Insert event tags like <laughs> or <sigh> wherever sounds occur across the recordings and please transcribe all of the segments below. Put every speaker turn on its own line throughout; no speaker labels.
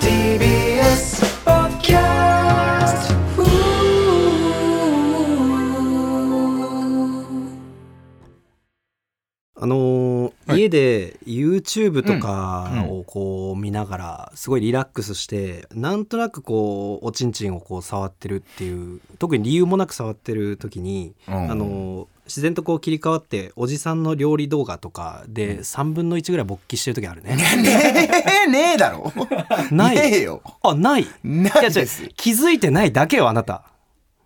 TBS ポッキャスト
あのー
はい
家で YouTube とか
うん
をこう見ながらすごいリラックスしてなんとなくこうおちんちんをこう触ってるっていう特に理由もなく触ってる時に、
うん
あのー自然とこう切り替わっておじさんの料理動画とかで3分の1ぐらい勃起してる時あるね。
ね <laughs> え、ねえだろ。
<laughs> ない
ねえよ。
あない
ないです
いや違う気づいてないだけよあなた。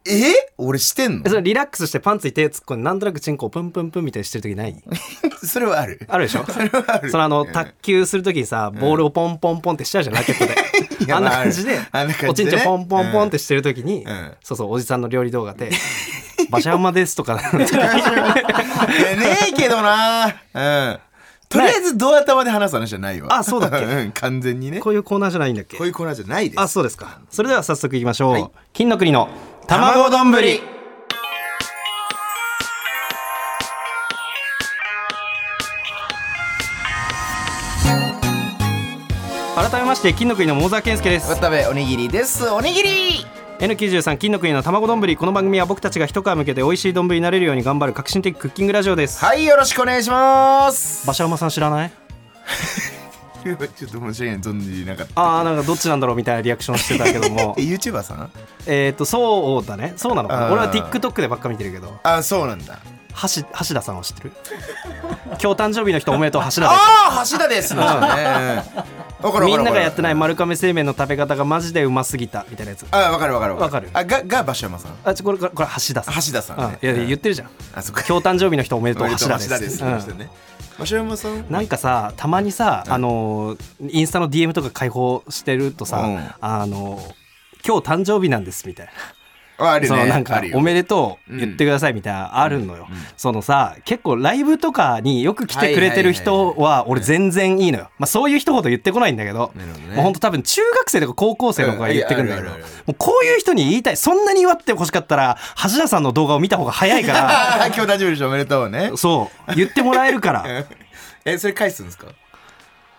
え俺してんの
それリラックスしてパンツに手突っ込んでなんとなくチンコをプンプンプンみたいにしてる時ない
それはある。
<laughs> あるでしょそれのあの卓球するときにさボールをポンポンポンってしちゃうじゃんラケッ <laughs> ト
い
で
や
あんな
まあある
感じで
あんな感じでね
おちんちんポンポンポンってしてるときに、
うん
そうそうおじさんの料理動画で「馬車馬です」と
い
か
や <laughs> ねえけどな。うん。とりあえずドア頭で話す話じゃないわ。
あそうだっけ
うん、完全にね。こ
<laughs> こういうコーナーじゃないんだっけ
ういうコーナーじゃないです。
あそうですかそれでは早速いきましょう、
はい
金の国の卵丼ぶり改めまして金の国の桃沢健介です
渡部おにぎりです。おにぎり
N93 金の国の卵丼ぶりこの番組は僕たちが一皮向けて美味しい丼になれるように頑張る革新的クッキングラジオです
はい、よろしくお願いし
<laughs>
ます。
馬車馬さん知らない
ちょっと申し訳ない。存じなかった。
ああなんかどっちなんだろうみたいなリアクションしてたけども
え、ユーチューバーさん
えっとそうだねそうなのかな
あー
俺は TikTok でばっか見てるけど
あ、そうなんだ。
橋橋田さんを知ってる <laughs> 今日誕生日の人おめでとう橋田です
ああ、橋田
<laughs>
ですの人ね。うんわかるわかるわかる。
みんながやってない丸亀製麺の食べ方がマジでうますぎたみたいなやつ
あ、わかるわかる
わかる
あ、が、が、馬車山さん。
あちょこれこれこれ橋田さん
橋田さんね
うんいやいや言ってるじゃん
あ、そっか。
今日誕生日の人おめでとう橋田です
橋
う
田
ん
ですね。馬車山さん。
なんかさたまにさ、あのーインスタの DM とか開放してるとさ、
うん
あのー今日誕生日なんですみたいな、
あある
その
ね。
なんか
あるよ
おめでとう言ってくださいみたいな、あるのよ、そのさ結構ライブとかによく来てくれてる人は俺全然いいのよ、まあ、そういう一言言ってこないんだけど
なるほどね
もうほんと多分中学生とか高校生とかが言ってくんだ
う
けど、
んいやあるあるある
もうこういう人に言いたいそんなに祝ってほしかったら橋田さんの動画を見た方が早い
<laughs>
か
<laughs>
ら
あー今日大丈夫でしょおめでとうね。
そう言ってもらえるから。
<laughs> え、それ返すんですか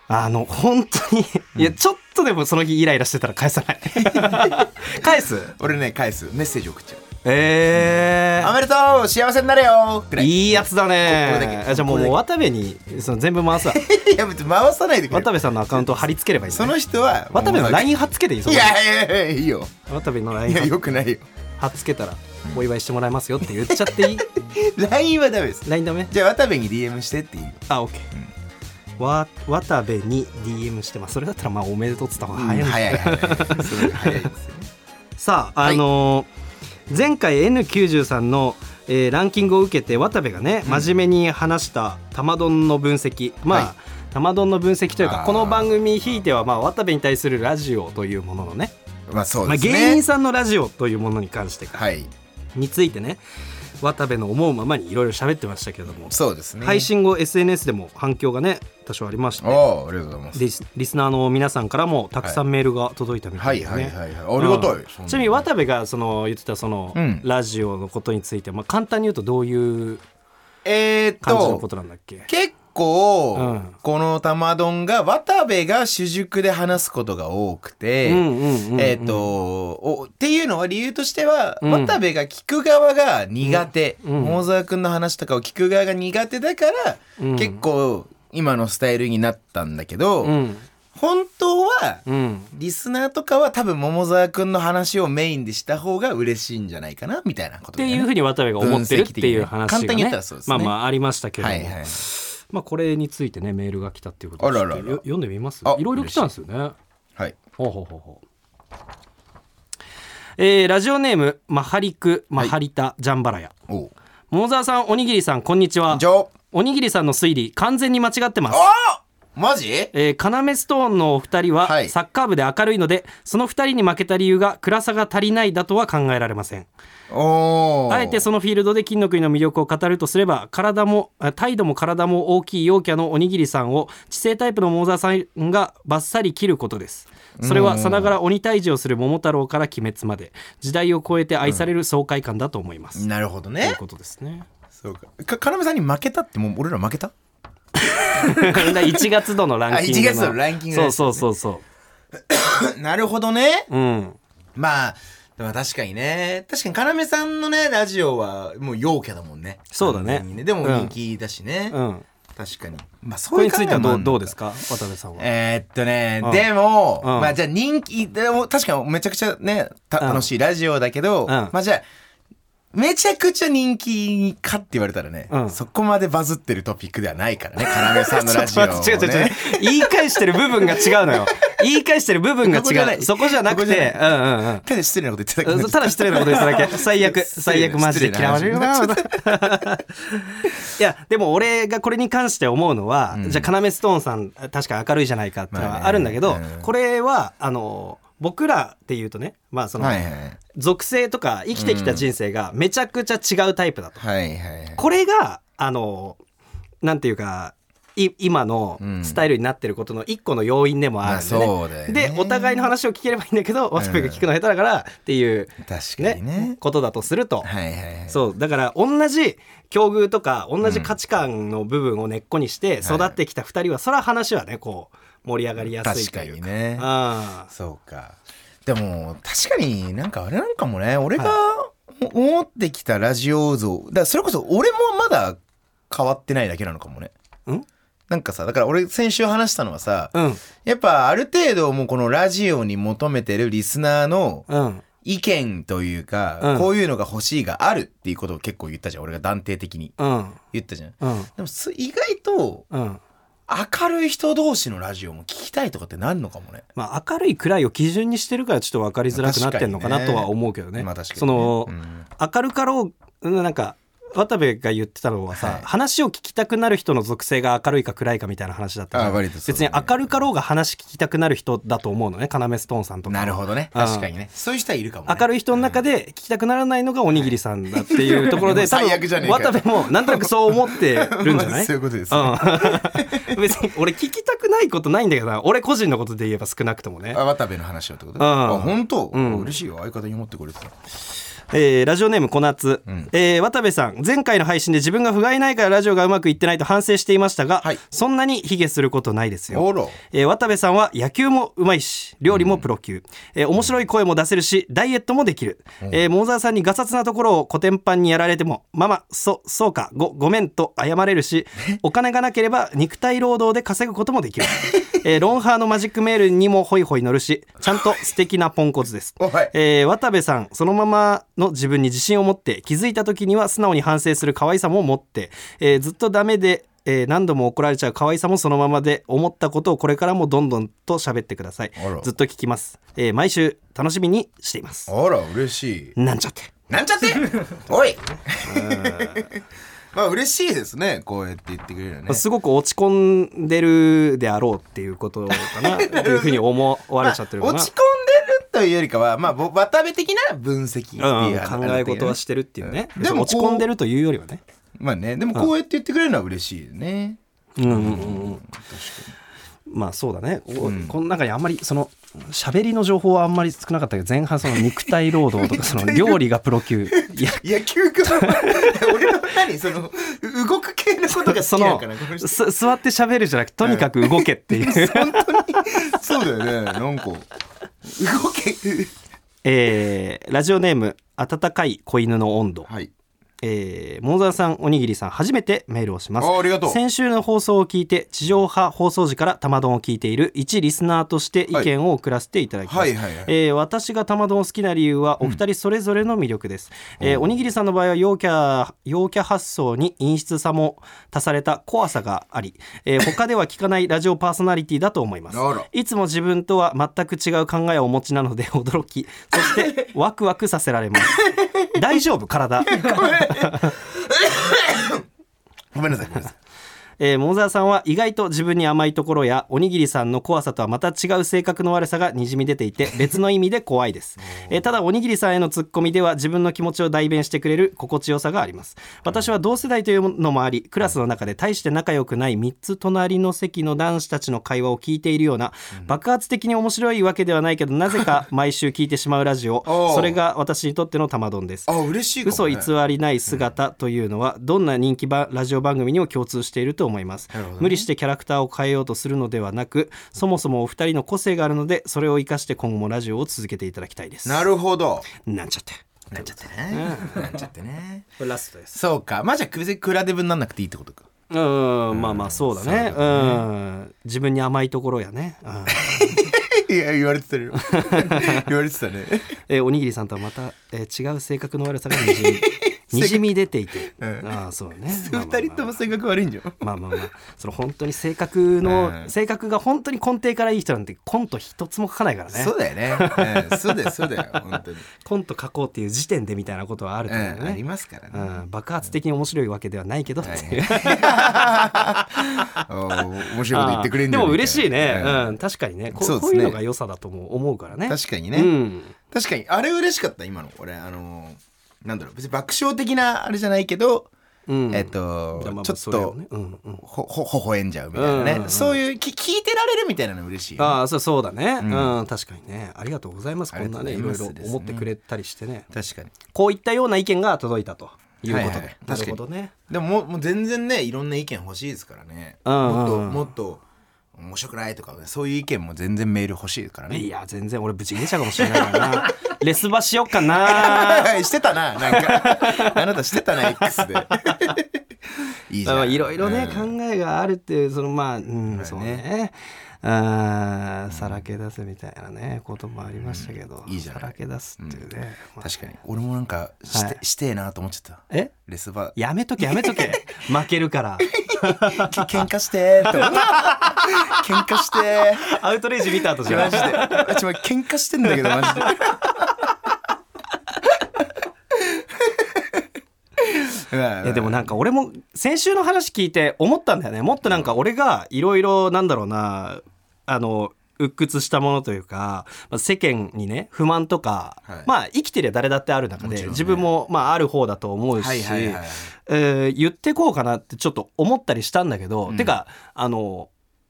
あの、本当に、いや、ちょっとでもその日イライラしてたら返
<laughs>
さない。 <laughs> 返す
俺ね、返す。メッセージ送っちゃう。
え
おめでとう幸せになれよく
え
らい。い
いいやつだ
ここだ
ね。
け
あじゃあもう
ここだけ
もう渡部にその全部回すわ。
や、別に回さないでくれ
渡。部さんのアカウントを貼り付ければいい、
そ
ね。
の人は。
渡部の
イン
LINE 貼っ付けていいそ
い
こ
やいやいやいいよ。
渡部の
いや、
LINE
よくないよ。
貼っ付けたらお祝いしてもらいますよって言っちゃっていい
LINE はダメです。
?LINE ダメ
じゃあ、渡部に DM してっていいよ。
あ、OK。わ渡部に DM してます。それだったらまあおめでとうって言った方が早いのか
早い早い。それ早いですよね。
さあ、
はい
あのー前回 N93 の、えーランキングを受けて渡部がね、真面目に話した玉丼の分析まあ、
は
玉丼の分析というか
あー
この番組ひいては、まあ、渡部に対するラジオというもののね
まあ、そう
まあ、
ですね。
芸人さんのラジオというものに関して
はい。
についてね渡部の思うままにいろいろ喋ってましたけれども、
そうですね。
配。信後 SNS でも反響がね多少ありまして
おーありがとうございます。
リスリスナーの皆さんからもたくさんメールが届いたみた
はいい
です
はい
ね。
はいはい。ありがた
うん
い。そん
ちなみに渡部がその言ってたその
うん
ラジオのことについて、まあ、簡単に言うとどういう
えーっ
感じの
と
こ、となんだっけ
結構、
うん
この玉丼が渡部が主軸で話すことが多くて、
うんうんうんうん
えーっとおっていうのは理由としては、
うん
渡部が聞く側が苦手、
うんうん
大沢君の話とかを聞く側が苦手だから、
うん
結構今のスタイルになったんだけど、
うん
本当は
うん
リスナーとかは多分桃沢君の話をメインでした方が嬉しいんじゃないかなみたいなこ
っ
とだ
て
よね、
いうふうに渡部が思ってるっていう話が、ね、
分析的に簡単に言ったらそうですね
まあまあありましたけれども、
はいはい
まあこれについてねメールが来たっていうことで
あららら
ちょっとよ読んでみます
あ
いろいろ来たんですよね
はい
ほうほうほうほうえーラジオネームマハリクマハリタジャンバラヤ、
おう
桃沢さんおにぎりさんこんにちは
じゃあ
おにぎりさんの推理完全に間違ってます
あマジ
えー、カナメストーンのお二人は
はい
サッカー部で明るいので、その二人に負けた理由が暗さが足りないだとは考えられません
おー
あえてそのフィールドで金の国の魅力を語るとすれば体もあ態度も体も大きい陽キャのおにぎりさんを知性タイプの桃沢さんがバッサリ切ることですそれはさながら鬼退治をする桃太郎から鬼滅まで時代を超えて愛される爽快感だと思います、と
なるほど
い
ね
うことですね <laughs>
そうかか要さんに負けたってもう俺ら負けた <laughs>
1月度のランキングの
あ1月度のランキング
そ
ですね
うそうそうそ
なるほどね。
ううん
まあ、でも確かにね。確かに要さんのね、ラジオはもう陽キャだもんね。
そうだね
完全にでも
うん
人気だしね。
うん
確かに。まあそ
こ
う
れ
いう
についてはどうどうです
か
か渡辺さんは
えーっとね、
うん
でも、
うん
まあじゃあ人気、でも確かにめちゃくちゃね、た
うん
楽しいラジオだけど、
ん
まあじゃあ、めちゃくちゃ人気かって言われたらね、
うん
そこまでバズってるトピックではないから
<laughs>
ね、要さんのラジオ、ね。
違う違う違う言い返してる部分が違う
<laughs>
のよ言い返してる部分が
ここじゃな
違う
い
そこじゃなく
ここじ
て
ゃ
うんうんうん
ただ失礼なこと言ってたけど、
ただ失礼なことですだけ
<laughs>
最悪最悪マジで嫌われるな <laughs> いやでも俺がこれに関して思うのは、じゃあ要ストーンさん確か明るいじゃないかっていうの
まあ
は
ね
あるんだけど、
うん
これはあの僕らっていうとねまあその、
はいはい。
属性とか生きてきた人生がめちゃくちゃ違うタイプだと。
はいはいはい。
これがあのなんていうかい今の
うん
スタイルになってることの一個の要因でもあるんで,、ね
まあそうだよね
でお互いの話を聞ければいいんだけど渡部が聞くの下手だからっていう、
確か
ね
にね。
ことだとすると、
はいはいはい。
そうだから同じ境遇とか同じ価値観の部分を根っこにして育ってきた2人は、そら話はねこう盛り上がりやすい
確
と
か
いう
に
か。
ね。
あー
そうか。でも、確かになんかあれなんかもね、俺が思ってきたラジオ像、だからそれこそ俺もまだ変わってないだけなのかもね。
ん
なんかさ、だから俺先週話したのはさ、
うん
やっぱある程度もうこのラジオに求めてるリスナーの
うん
意見というか、
うん
こういうのが欲しいがあるっていうことを結構言ったじゃん。俺が断定的に
うん
言ったじゃん。
うん
でもす意外と
うん
明るい人同士のラジオも聞きたいとかってなるのかもね。
まあ、明るい暗いを基準にしてるからちょっと分かりづらくなってんのかなとは思うけどね。
まあ確かにね
その、
うん
明るかろうなんか渡部が言ってたのはさ、
はい
話を聞きたくなる人の属性が明るいか暗いかみたいな話だったから
あ割とそう
別
だね
に明るかろうが話聞きたくなる人だと思うのね要ストーンさんとか
なるほどね。
うん
確かにね。そういう人はいるかも、ね。
明るい人の中で聞きたくならないのがおにぎりさんだっていうところで、
もう最悪じゃねえかよ
渡部もなんとなくそう思ってるんじゃな
<laughs>
い
そういうことですね
うん別に俺聞きたくないことないんだけどな俺個人のことで言えば少なくともね
あ渡部の話をってこと
うん
あ本当、
ん
嬉しいよ相方に思ってくれてた
えーラジオネーム小夏、
ん
えー渡部さん前回の配信で自分が不甲斐ないからラジオがうまくいってないと反省していましたが、
はい
そんなに卑下することないですよ
おろ
えー渡部さんは野球もうまいし料理もプロ級、えー面白い声も出せるしダイエットもできる、えー桃沢さんにガサツなところをコテンパンにやられても「ママそそうかごごめん」と謝れるしお金がなければ肉体労働で稼ぐこともで
<laughs>
きる、えーロンハーのマジックメールにもホイホイ乗るしちゃんと素敵なポンコツです
おい
えー渡部さんそのままの自分に自信を持って気づいた時には素直に反省する可愛さも持って、えーずっとダメで、えー何度も怒られちゃう可愛さもそのままで思ったことをこれからもどんどんと喋ってください
あら
ずっと聞きます、えー毎週楽しみにしています
あら嬉しい
なんちゃって
なんちゃって
<laughs>
おい <laughs> まあ嬉しいですねこうやって言ってくれるのね
すごく落ち込んでるであろうっていうことか
<laughs>
なというふうに思われちゃってるか
まあ
な、
落ち込んでるというよりかはまあぼ渡部的な分析っていう
うんうん
あれだけどね、
考え事はしてるっていうね、
うん
で
で
も
も
落ち込んでるというよりはね
まあねでもこうやって言ってくれるのは嬉しいね
うんうんうんうんまあそうだね、おこの中にあんまりその喋りの情報はあんまり少なかったけど前半その肉体労働とかその料理がプ
<laughs>
ロ級いや
野球から俺の何その動く系のことが好
そ
きなの
の
かなこの人
す座って喋るじゃなくてとにかく動けっ
<laughs>
ていう、
そうだよねなんか動け
えーラジオネーム「温かい子犬の温度」
はい
えー、桃沢さんおにぎりさん初めてメールをします
あありがとう
先週の放送を聞いて地上波放送時から玉丼を聞いている一リスナーとして意見を送らせていただきます、
はいはいはい
えー私が玉丼を好きな理由はお二人それぞれの魅力です、えーおにぎりさんの場合は陽キャ陽キャ発想に陰湿さも足された怖さがあり、え
<laughs>
ー他では聞かないラジオパーソナリティだと思います
あら
いつも自分とは全く違う考えをお持ちなので驚きそしてワクワクさせられます
<laughs>
大丈夫体
ごめんなさいごめんなさい
えー、桃沢さんは意外と自分に甘いところやおにぎりさんの怖さとはまた違う性格の悪さがにじみ出ていて別の意味で怖いです、えーただおにぎりさんへのツッコミでは自分の気持ちを代弁してくれる心地よさがあります私は同世代というのもありクラスの中で大して仲良くない3つ隣の席の男子たちの会話を聞いているような爆発的に面白いわけではないけどなぜか毎週聞いてしまうラジ <laughs> オ
おー
それが私にとっての玉丼です
あ嬉しいかも
嘘
ね
偽りない姿というのはどんな人気ばラジオ番組にも共通していると思います、
なるほどね
無理してキャラクターを変えようとするのではなくそもそもお二人の個性があるのでそれを生かして今後もラジオを続けていただきたいです
なるほど。
なんちゃって
なんちゃってね。なんちゃってね。
これラストです
そうか。まあじゃあ別に比べ分になんなくていいってことか。
うーんまあまあそうだねうん自分に甘いところやね、うん
いや言われてた
<laughs>
よ。言われてたね。
えーおにぎりさんとはまた、えー違う性格の悪さがにじみにじみ出ていて、
うん
ああそうねまあまあまあ
二人とも性格悪いんじゃん。
まあまあまあその本当に性格の、
うん
性格が本当に根底からいい人なんてコント一つも書かないからね
そうだよね。うんそうだよそうだよ本当に。
コント書こうっていう時点でみたいなことはあると
う
思うんだ
んあ
よ
り
ね、
ますから
う
ね。
ん、爆発的に面白いわけではないけどっていう、 <laughs>
あー面白いこと言ってくれん
で
じゃん
も嬉し
み
い
た
ね、
な
うん、確かにねこう
そうで
こ
す
う
ね
いうのが良さだとも思うからね
確かに
に
ね、
うん、
確かにあれ嬉しかった今の俺あのーなんだろう別に爆笑的なあれじゃないけど、
うん
えっと
じゃあまあまあ
ちょっ
それを
と、
ねうんうん
ほほほほえんじゃうみたいなね、
うんうんうん
そういうき聞いてられるみたいなの嬉しいよね、
ああそうそうだね、
う
う
ん
ん確かにねありがとうございますこんなね
あ
い
りがとう
ろ
ござい
いろ
ます
思ってくれたりしてね
確かに
こういったような意見が届いたということで、
はいはい
な
確か
る
に
ほどね
でももうもう全然ねいろんな意見欲しいですからね、
う
も
んうん
っと
うん
もっと面白くないとかそういう意見も全然メール欲しいからね
いや全然俺ぶち切れちゃうかもしれないか
<laughs>
らなレスバしよっかな
はい <laughs> してたななんかあなたしてたな X
<laughs>
でいいじ
まあま
ゃ
あ
ん
いろいろね、
うん
考えがあるっていうそのまあうん、
はい
そうねあーさらけ出すみたいなねこともありましたけど、
いいじゃない
さらけ出すっていうね、まあ
確かに俺もなんかして,、
はい
してえなと思っちゃった
え
レスバ
やめとけやめとけ
<laughs>
負けるから
喧嘩してーって思った <laughs> 喧嘩してー
アウトレイジ見た後じゃ
マ
ん
ジであちょ喧嘩してんだけどマジで <laughs> うわうわ
いやでもなんか俺も先週の話聞いて思ったんだよねもっとなんか俺がいろいろなんだろうなあの鬱屈したものというかまあ世間にね不満とか、
はい
まあ生きてりゃ誰だってある中
も
で、
ちろんね
自分もまあある方だと思うし、
はいはいはい
えー言ってこうかなってちょっと思ったりしたんだけど、
うん
てかあの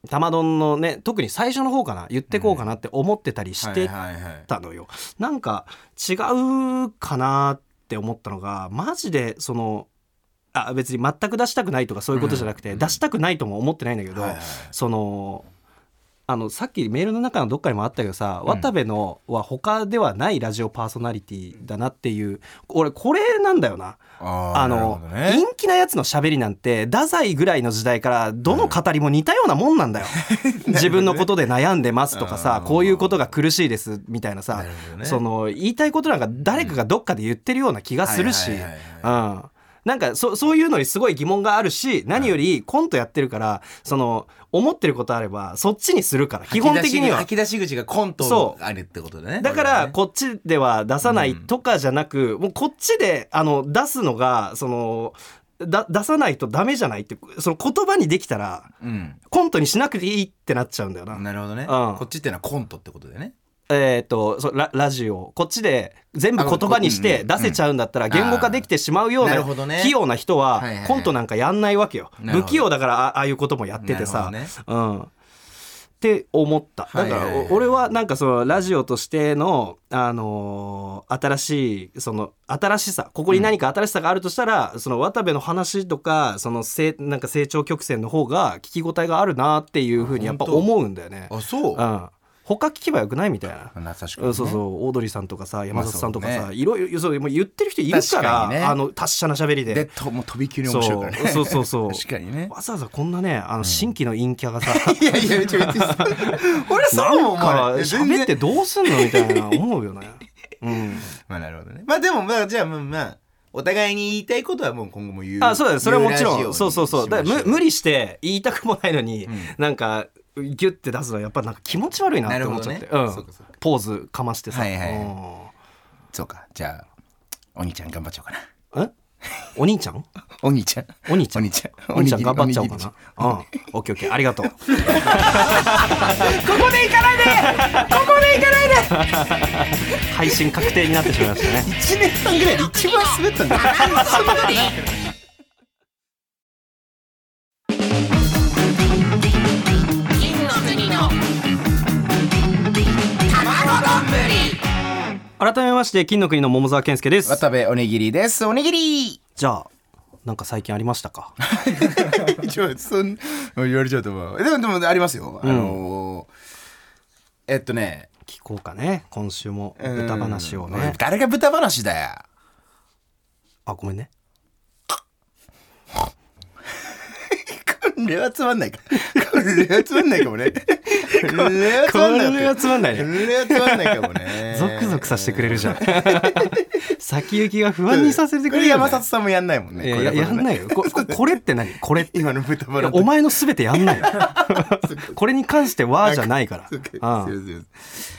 玉丼のね特に最初の方かな言ってこうかなって思ってたりして
はいはいはい
ったのよなんか違うかなって思ったのがマジでそのあ別に全く出したくないとかそういうことじゃなくて、出したくないとも思ってないんだけど、
はいはい
そのあのさっきメールの中のどっかにもあったけどさ、渡部のは他ではないラジオパーソナリティだなっていう俺これなんだよな。
あー
あ
なる
の
ほ、どね
陰気なやつの喋りなんて、太宰ぐらいの時代から、どの語りも似たようなもんなんだよ。
<laughs>
自分のことで悩んでますとかさ
あ、ー
こういうことが苦しいですみたいなさ
なるほど、ね
その、言いたいことなんか誰かがどっかで言ってるような気がするし、
うん
う
はいはい
ん。なんかそそういうのにすごい疑問があるし何よりコントやってるからその思ってることあればそっちにするから基本的には
吐き出し口がコントあるってことだね
だからこっちでは出さないとかじゃなく、もうこっちであの出すのがそのだ出さないとダメじゃないってその言葉にできたら
うん
コントにしなくていいってなっちゃうんだよな。
なるほどね
うん
こっちってのはコントってことだよね
えっ、とそうララジオこっちで全部
あ
言葉にし
うん
て
うん
出せちゃうんだったら言語化できてしまうよう
あー
な
なるほどね
器用な人は
はいはいはい
コントなんかやんないわけよ。
なるほど
不器用だからあああいうこともやっててさ。
なる
うんって思っただから、
はいはいはい
お俺はなんかそのラジオとしての、あのー新しいその新しさここに何か新しさがあるとしたら、その渡部の話とかそのせいなんか成長曲線の方が聞き応えがあるなっていうふうにやっぱ
あ本当
思うんだよね。
あそう
う
あ
ん、他聞けばよくないみたいな。
確か
う
に
んそうそ
う
うオードリーさんとかさ山里さんとかさ、
まあそうね
いろいろそうもう言ってる人いるか
確
ら
かにね
あの達者な喋りで
でともう飛び級に面白いからね
そうそうそうそう
<laughs> 確かに
<laughs>
ね
わざわざこんなねあの新規の陰キャがさ、
<laughs> いやいや、め
<laughs>
ちゃめちゃ。俺
な
そうんも思
か
わない。全
喋っ
然
てどうすんのみたいな思うよね。
<laughs>
うん、
まあ、なるほどね。まあ、でも、まあ、じゃあ、まあ、まあ、お互いに言いたいことは、もう今後も言う。
あそうだねそれはもちろ
言ラジオ
ん
に
そうそうそう
しまし
だ
ょ
からむ無理して言いたくもないのに、なんかギュッて出すのはやっぱなんか気持ち悪いなって思っちゃって、
なるほどね
うん
そうかそうか
ポーズかましてさ、
はいはいはい
うん
そうか、じゃあ、お兄ちゃん頑張っちゃおうかな。 <laughs>
えお兄ちゃん
お兄ちゃん。
お兄ちゃ
お
ん
兄ちゃん。
お兄ちゃん頑張っちゃおうか
おにぎり
な。うん。オッケーオッケー。あり
<laughs>
がとう。
ここで行かないでここで行かないで
配信確定になってしまいましたね。
!1 年半ぐらいで一番滑ったんだよ。そんなことない
改めまして、金の国の桃沢健介です。
渡部おにぎりです。おにぎり
じゃあ、なんか最近ありましたか
一応そん言われちゃうと思うでもでもありますよ、あのーえっとね
聞こうかね今週も歌話を
うん
ね
誰が豚話だよ <laughs>
あごめんね
これはつまんないかこれはつまんないかもねこれはつ
こ
まんない
れはつまんない
こ
ね
れはつまんないかもね
ゾクゾクさせてくれ
<laughs>
るじゃん先行きが不安にさせて
こ
くれるよ、
山
ね、
里さんもやんないもんね
いやいやや
<laughs>
んないよこここれって何これって
今の豚
いや
話
お前の全てやんな
<laughs>
いよこれに関してはじゃないから
そうか
あ
すいませんすいません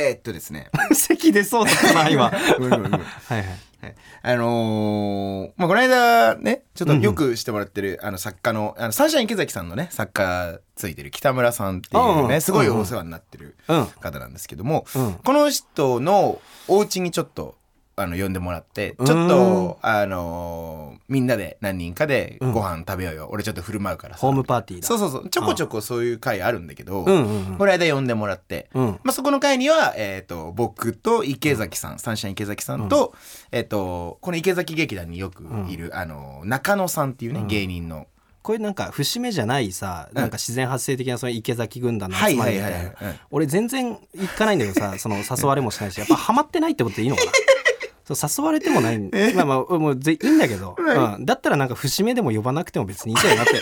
えーっとですね
あ <laughs> 席出そうだったな今はい
ごめんごめんごめん
はい
はいあのーまあ、この間ねちょっとよくしてもらってる、あの作家のあのサンシャイン池崎さんのね作家ついてる北村さんっていう
うん
ねすごいお世話になってる
うん
方なんですけども、
うん
この人のお家にちょっとあの呼んでもらってちょっと、あのーみんなで何人かでご飯食べようよ、俺ちょっと振る舞うからさ
ホームパーティーだ
そうそうそうちょこちょこそういう会あるんだけど、
うんうん
この間呼んでもらって、
うん
まあ、そこの会には、えー、と僕と池崎さん、サンシャイン池崎さんと,、えー、とこの池崎劇団によくいる、あの中野さんっていうね、芸人の。
これなんか節目じゃないさなんか自然発生的なその池崎軍団の集まりみた
はいはいいは
な
いはいうん
俺全然行かないんだけど
<laughs>
さその誘われもしないしやっぱハマってないってことでいいのかなそう誘われてもないまあまあもうぜいいんだけ
<laughs>
ど、うん、だったらなんか節目でも呼ばなくても別にいいじゃんなって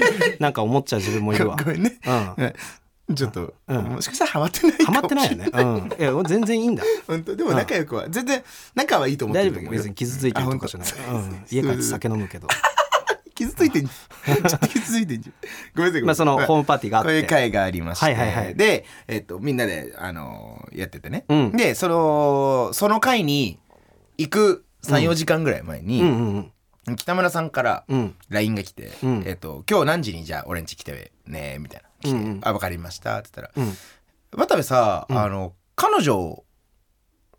<laughs>
なんか思っちゃう自分もいるわ
ごめんね、
うんハ
うんちょっと、
うん
もしかしたらハマってないかも
マってないよね、うん、いや全然いいんだ
本当でも仲良くは、全然仲はいいと思って
大
る
丈
と思
夫
うよ
別に傷ついてるとかじゃない、
あ本当
うん、家帰って酒飲むけ
<laughs>
ど
傷ついてんじゃんちょっと傷ついてんじゃんごめんなさいごめんなさい
まあその
はい
ホームパーティーがあっ
こういう
て
会がありまして、
はいはいはい
で、えっとみんなで、あのーやっててね、
うん
でそのその会に行く34時間ぐらい前に、
うんうん
北村さんから
うん
LINE が来て、
うん
えっと「今日何時にじゃあ俺ん家来てね」みたいな来て
うんうん
あ分かりました」って言った
う
ら
ん
「渡部さ、あの彼女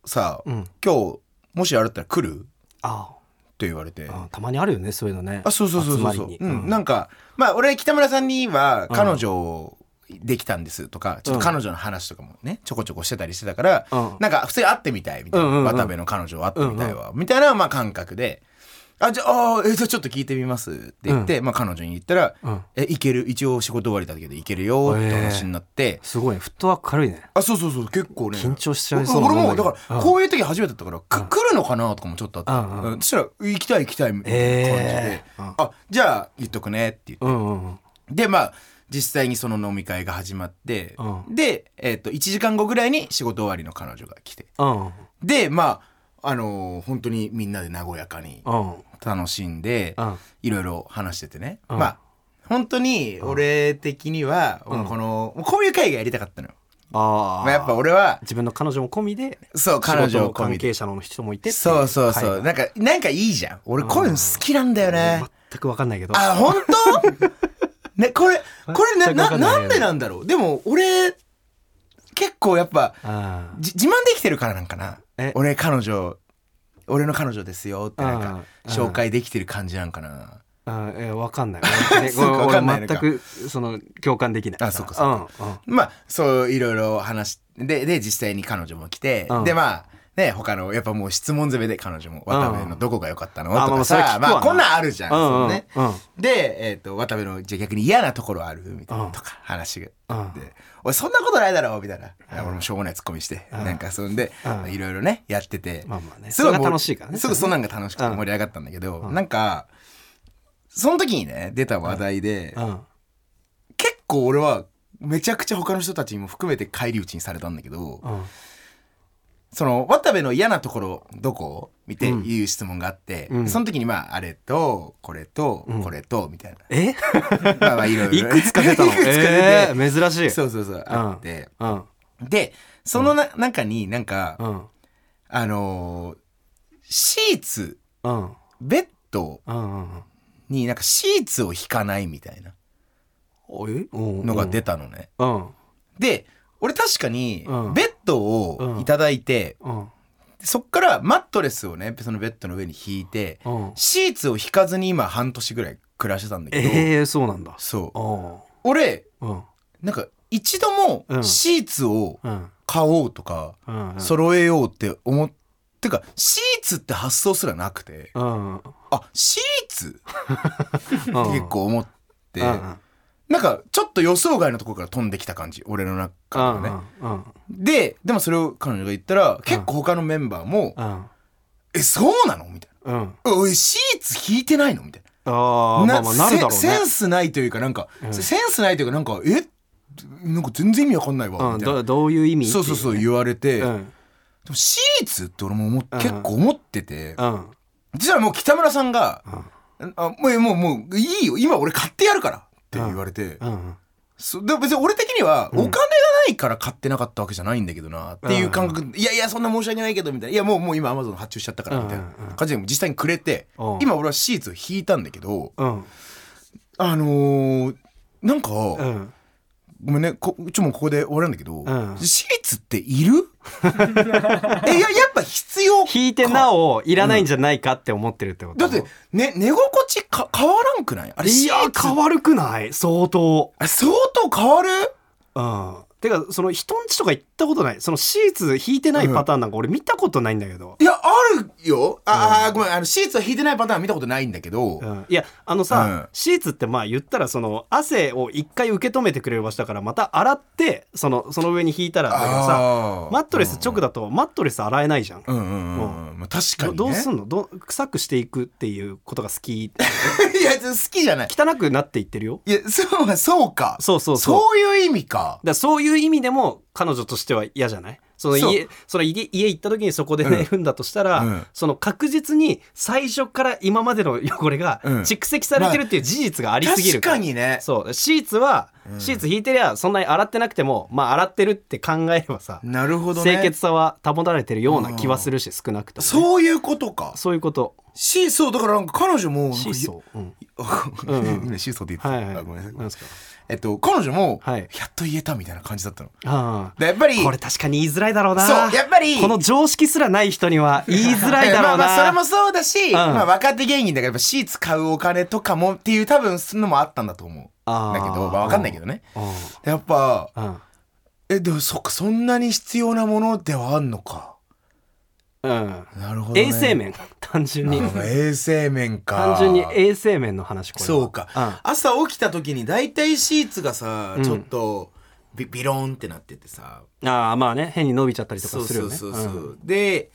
さ、
うん
今日もしあれだったら来る?」
ああ
って言われて。
あたまにあるよねそういうのね
あそうそうそうそう
集
そ
ま
う
りに、
う、
うんん
なんかまあ俺北村さんには彼女できたんですとか、ちょっと彼女の話とかもねちょこちょこしてたりしてたから、
うん
なんか普通に会ってみたいみたいな、
うんうんうん
渡部の彼女会ってみたいわ、みたいなまあ感覚で「あじゃああーえじゃあちょっと聞いてみます」って言って、まあ、彼女に言ったら「
うん
えいける一応仕事終わりだけどいけるよ」って話になって。
すごいねフットワーク軽いね
あそうそうそう結構ね
緊張しちゃいそうな
俺
も
も
んだ
だ
けど
から
うん
こういう時初めてだったから、く来るのかなとかもちょっとあった、
うんうん
うんそしたら「行きたい行きたい」みたいな感じで
え
「
ーうん
あじゃあ言っとくね」って言って、
うんうんうん
でまあ実際にその飲み会が始まって、
う
で、えっと1時間後ぐらいに仕事終わりの彼女が来て
うん
でまああのー本当にみんなで和やかに
うん
楽しんで、
うん
いろいろ話しててね、
うん
まあ本当に俺的には、
ん
このこういう会がやりたかったのよ、
ああ
まあ、やっぱ俺は
自分の彼女も込みで
そう彼
仕事
女
の
込み
関
で
係者の人もいてってい
そうそうそ
は
う
い
なんかなんかいいじゃん俺こういうの好きなんだよね
全く分かんないけど
あ本
<laughs>
当ねこれこれな
全くわか
なんな
ない
んでなんだろうでも俺結構やっぱ
あ
じ自慢できてるからなんかな
え
俺彼女俺の彼女ですよってなんか
うん
紹介できてる感じなんかな
あえ分かんない俺
<laughs> そうかわかんないの
俺
か
全くその共感できない
あそうかそう
うんうん
まあそういろいろ話しでで実際に彼女も来て、
うん
でまあね他のやっぱもう質問攻めで彼女も渡部のどこが良かったの、
うんあ
と
ま
か
あそれ聞く
さ
わな
まあこんなんあるじゃん、
うん
そう
うん
ね
うん
で、えー、と渡部のじゃあ逆に嫌なところあるみたいなとか話があって、俺そんなことないだろうみたいな、俺もしょうもないツッコミして、なんかそんで
うん
いろいろねやってて、
まあまあね
すごい
それが楽しいからね
すぐそんなんが楽しくて
うん
盛り上がったんだけど、なんかその時にね出た話題で、
うん
結構俺はめちゃくちゃ他の人たちにも含めて返り討ちにされたんだけど、
うん
その渡部の嫌なところどこ見ていう質問があって、
うん
その時にまああれとこれとこれとみたいな、
え
まあまあ
<laughs>
い <laughs> ろいろね
いくつか出た
<laughs>
の
いくつか出て
ええ珍しい
そうそうそう、あって
うん
でそのな、中になんか、
うん
あのーシーツ
うん
ベッド
うんうん
になんかシーツを引かないみたいな
おえうん
のが出たのね、
うん
で俺確かに
うん
ベッドをいただいて、
うん
そっからマットレスをねそのベッドの上に引いて、
うん
シーツを引かずに今半年ぐらい暮らしてたんだけど、
ええそうなんだ
そう
うん
俺
うん
なんか一度も
うん
シーツを
うん
買おうとか、
うん
揃えようって思ってかシーツって発想すらなくて
うん
あ私立
結
って結構思って、
うん
なんかちょっと予想外のところから飛んできた感じ俺の中
う
か
ん
らね、
うんうん
ででもそれを彼女が言ったら結構他のメンバーも「
うん
えそうなの?」みたい
うん
な「おいシーツ引いてないの?」みたい
あ
な
あまあまあなるだろう
せ
ね
センスないというかなんか、
うん
センスないというかなんか「えなんか全然意味わかんないわ」
うん
みたいな、
どどういう意味
そうそうそう
ってい
言われて、
う
で
ね
もシーツって俺も思っ
うん
結構思ってて、
うんうん
実はもう北村さんが
うん
「あもうもうもういいよ今俺買ってやるから」って言われて、
うん
そうでも別に俺的にはお
う
金
ん
がないから買ってなかったわけじゃないんだけどなっていう感覚いやいやそんな申し訳ないけどみたいないやもうもう今アマゾン発注しちゃったからみたいな
うんうん
感じで実際にくれて
うん
今俺はシーツを引いたんだけど
うん
あのーなんか
う
ご
ん
めんねこちょもうここで終わりなんだけど
ん
シーツっている <laughs> えいややっぱ必要
引いてなおいらないんじゃないかって思ってるってこと
だってね寝心地か変わらんくないあれ
い
シ
や
ーツ
変わるくない相当
あれ相当変わる
うんてかその人んちとか行ったことないそのシーツ引いてないパターンなんか俺見たことないんだけど
いやあるよあ、あーごめんあのシーツを引いてないパターンは見たことないんだけど、
うんいやあの
う
さ
ん
シーツってまあ言ったらその汗を一回受け止めてくれる場所だからまた洗ってそのその上に引いたらだけどさ
あー
マットレス直だとマットレス洗えないじゃん
うんうんうんうんまあ確かに
ど
ね
どうすん
の
のど臭くしていくっていうことが好
<laughs>
き
いや好きじゃない
汚くなっていってるよ
いやそうそうか
そうそうそう
そういう意味か
だからそういう意味でも彼女としては嫌じゃないその
そ
家それ家家行った時にそこでね、
うん
踏んだとしたら、
うん
その確実に最初から今までの汚れが
うん
蓄積されてるっていう事実がありすぎる
確
から、
かにね
そうシーツは、
うん
シーツ引いてりゃそんなに洗ってなくてもまあ洗ってるって考えればさ、
なるほどね
清潔さは保たれてるような気はするし少なくともね、
そういうことか
そういうこと
シーソーだからなんか彼女も
シーソー、うん、
ー
うんうん
今シーソーって言ってた、
はいはい
あごめんな
な
さい
んですか
えっと彼女も、
はい
やっと言えたみたいな感じだったの
ああ
でやっぱり
これ確かに言いづらいだろうな
そうやっぱり
この常識すらない人には言いづらいだろうな
まあまあそれもそうだし、
ん
まあ、若手芸人だからやっぱシーツ買うお金とかもっていう多分そんなのもあったんだと思う
あー
だけど、まあ、分かんないけどね
う
やっぱ
んうん
えでもそっかそんなに必要なものではあんのか
うん
なるほど、ね、
衛生面単純に
あまあ衛生面か
単純に衛生面の話これは
そうか、朝起きた時に大体シーツがさ、
うん
ちょっとビビローンってなっててさ
うんああまあね変に伸びちゃったりと
そ
か
う
する
そ
よ
う
ね
そうそう、で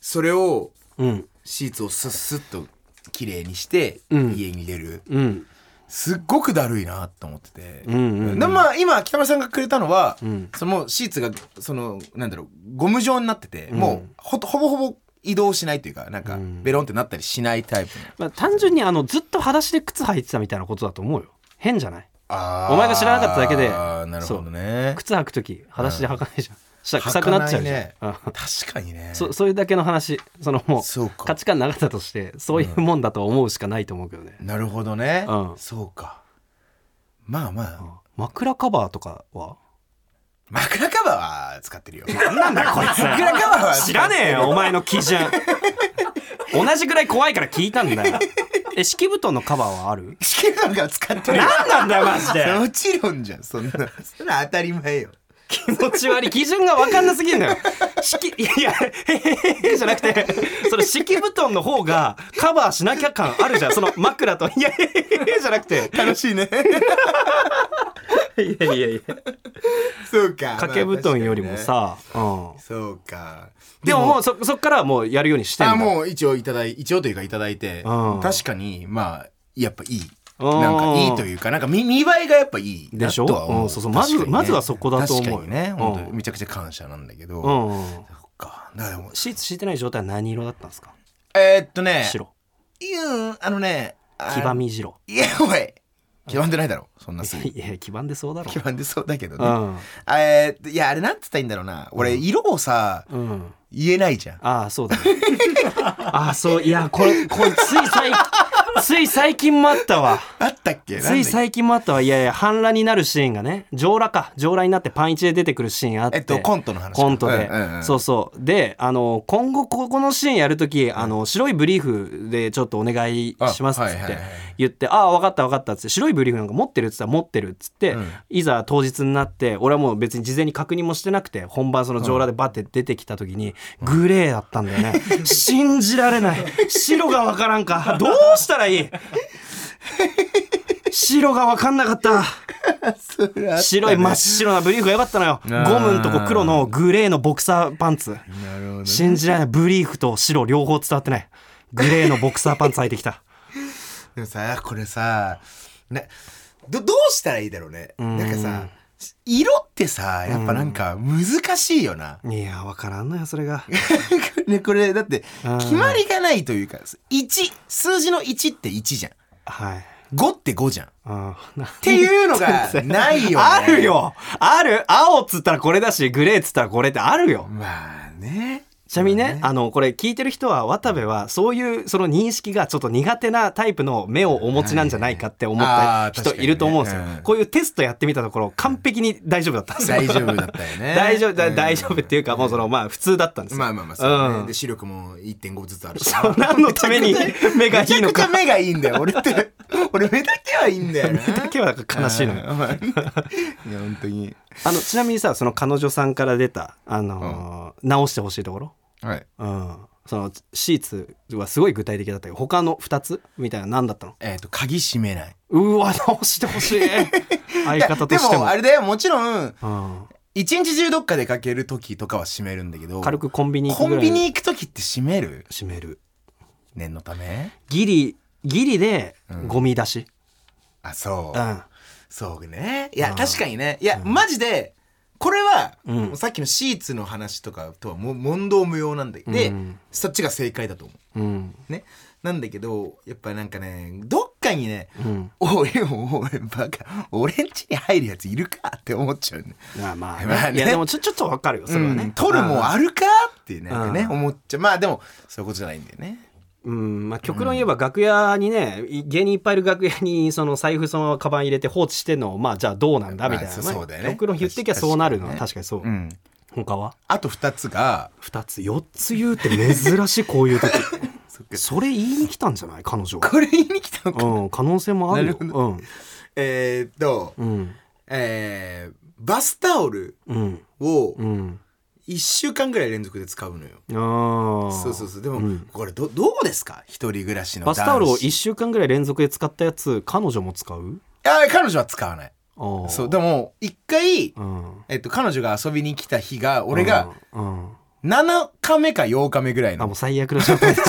それを
うん
シーツをスッスッと綺麗にして
うん
家に出る、
うん
すっごくだるいなと思ってて、
うんうんうん
でまあ今北村さんがくれたのは、
うん
そのシーツがそのなんだろうゴム状になってて、
ん
もうほほぼほぼ移動しないというかなんか
うん
ベロンってなったりしないタイプの、
まあ単純にあのずっと裸足で靴履いてたみたいなことだと思うよ変じゃない
あ
ーお前が知らなかっただけで
あーなるほどね
靴履く時裸足で履かないじゃんしたら臭くなっちゃうじゃん、
履
うん
確かにね
そそういうだけの話そのもう
そうか
価値観なかったとしてそういうもんだと思うしかないと思うけどね、
なるほどね、
うん
そうかまあまあ、
うん枕カバーとかは
枕カバーは使ってるよ
なんだこいつ
枕カバーは
知らねえよお前の基準同じぐらい怖いから聞いたんだよえ敷布団のカバーはある
敷布団から使ってるよ
何なんだよマジで
もちろんじゃんそんなそれは当たり前よ
気持ち悪い基準が分かんなすぎるのよ敷いやへへへへじゃなくてその敷布団の方がカバーしなきゃ感あるじゃんその枕といやへへへへじゃなくて
楽しいね
いやいやいや
そうか
掛け布団よりも、
まあ
さ、
確
うん
かにねそうか
でももうそそっからはもうやるようにしてんだ
あもう一応いただい一応というかいただいて、
うん
確かにまあやっぱいい
うん
なんかいいというかなんか見見栄えがやっぱいいな
でしょ
とは思う
うんそうそうまず
確かに
まずはそこだと思うよ
確かにね本当に
うん
めちゃくちゃ感謝なんだけど、
うんうん
そっかだからでも
シーツ敷いてない状態は何色だったんですか
えーっとね
白
うんあのねあ
黄ばみ白
いやおい黄ばんでないだろそんなすぐ
いや黄ばんでそうだろ
黄ばんでそうだけど
う
ね、
ん
えーっといやあれなんつったらいいんだろうな俺色をさ
うん
言えないじゃん
<laughs> ああそうだねああそういやこれこれつい最近
<laughs>
つい最近もあったわ
あったっけ
つい
なんだっ
最近もあったわいやいや半裸になるシーンがね上裸か上裸になってパンイチで出てくるシーンあっ
け
て、
えっとコントの話
コントで、
うんうんうん
そうそうであの今後ここのシーンやるときあの白いブリーフでちょっとお願いしますっつ
あ
っ
はいはい
て
はい
言って「ああ分かった分かった」っつって白いブリーフなんか持ってるっつったら持ってるっつって、
うん
いざ当日になって俺はもう別に事前に確認もしてなくて本番その上裸でバッて出てきた時にグレーだったんだよね
<laughs>
信じられない白が分からんかどうしたら
<laughs>
いい白が分かんなかった白い真っ白なブリーフが良かったのよ
ー
ゴムんとこ黒のグレーのボクサーパンツ
なるほど
信じられないブリーフと白両方伝わってないグレーのボクサーパンツ履 <laughs> いてきた
でもさこれさなどどうしたらいいだろうね
ん
なんかさ色ってさやっぱなんか難しいよな、
いや分からんのよそれが
ね、これだって
うん
決まりがないというか1数字の1って1じゃ
はい
ん5って5じゃんっ
うん
ていうのがないよ、ね、
<laughs> あるよある青っつったらこれだしグレーっつったらこれってあるよ
まあね
ちなみにねあのこれ聞いてる人は渡部はそういうその認識がちょっと苦手なタイプの目をお持ちなんじゃないかって思っ
はいはいはいあ
た
ー確
人
かにね
いると思うんですよ、
うん
こういうテストやってみたところ完璧に大丈夫だったんですよ
大丈夫だったよ <laughs> ね
大丈夫だ
うん
大丈夫っていうかもうそのまあ普通だったんですよ
まあまあまあそうだね、
うん
で視力も1.5ずつあるし
そう何のために目がい
めち
い
ゃ
の
くちゃ
か
目がいいんだよ俺 <laughs> って俺目だけはいいんだよな
だけはなんか悲しいのよ
あ <laughs> ーいや本当に
あのちなみにさその彼女さんから出た、あのー直してほしいところ、
はい
うん、そのシーツはすごい具体的だったけど他の2つみたいな何だったの
えっと鍵閉めないう
わ直してほしい <laughs> 相方として
で
も
もあれだよもちろん
うん、
一日中どっか出かける時とかは閉めるんだけど
軽くコンビニ行く
コ
ぐ
ン
らい
ビニ行く時って閉める
閉める
念のため
ギリギリでゴミ出し、
あそううんそうねいや
うん
確かにねいやマジでこれは、
うん
もうさっきのシーツの話とかとはもう問答無用なんだけど、で
うん
そっちが正解だと思
うん
うねなんだけどやっぱなんかねどっかにね
うん
「おいおいバカ俺んちに入るやついるか」って思っちゃうね
まあ <laughs> まあ、
まあね
いやでもちょちょっとわかるよそれはね、
うん取るもんあるかってなんかね
うん
思っちゃうまあでもそういうことじゃないんだよね
うんまあ、極論言えば楽屋にね、い芸人いっぱいいる楽屋にその財布そのままカバン入れて放置してんのをまあじゃあどうなんだみたいな、
まあそうそうだよね
極論言ってきゃそうなるのは確
確
かにそう、
うん
他は
あと2つが
2つ4つ言うって珍しいこういう時 <laughs> それ言いに来たんじゃない彼女は、
これ言いに来たのか
うん、可能性もあるよ
なる
う
えーっと
んうん
えーバスタオル
うん
を
うん
1週間ぐらい連続で使うのよ
ああ
そうそうそうでも、
うん
これどどうですか一人暮らしの
バ
男子
スタオルを1週間ぐらい連続で使ったやつ彼女も使う
あ彼女は使わない
ああ
そうでも一回、
うん
えっと、彼女が遊びに来た日が俺が
うんうん
7日目か8日目ぐらい
あも
の
う最悪の状態だ、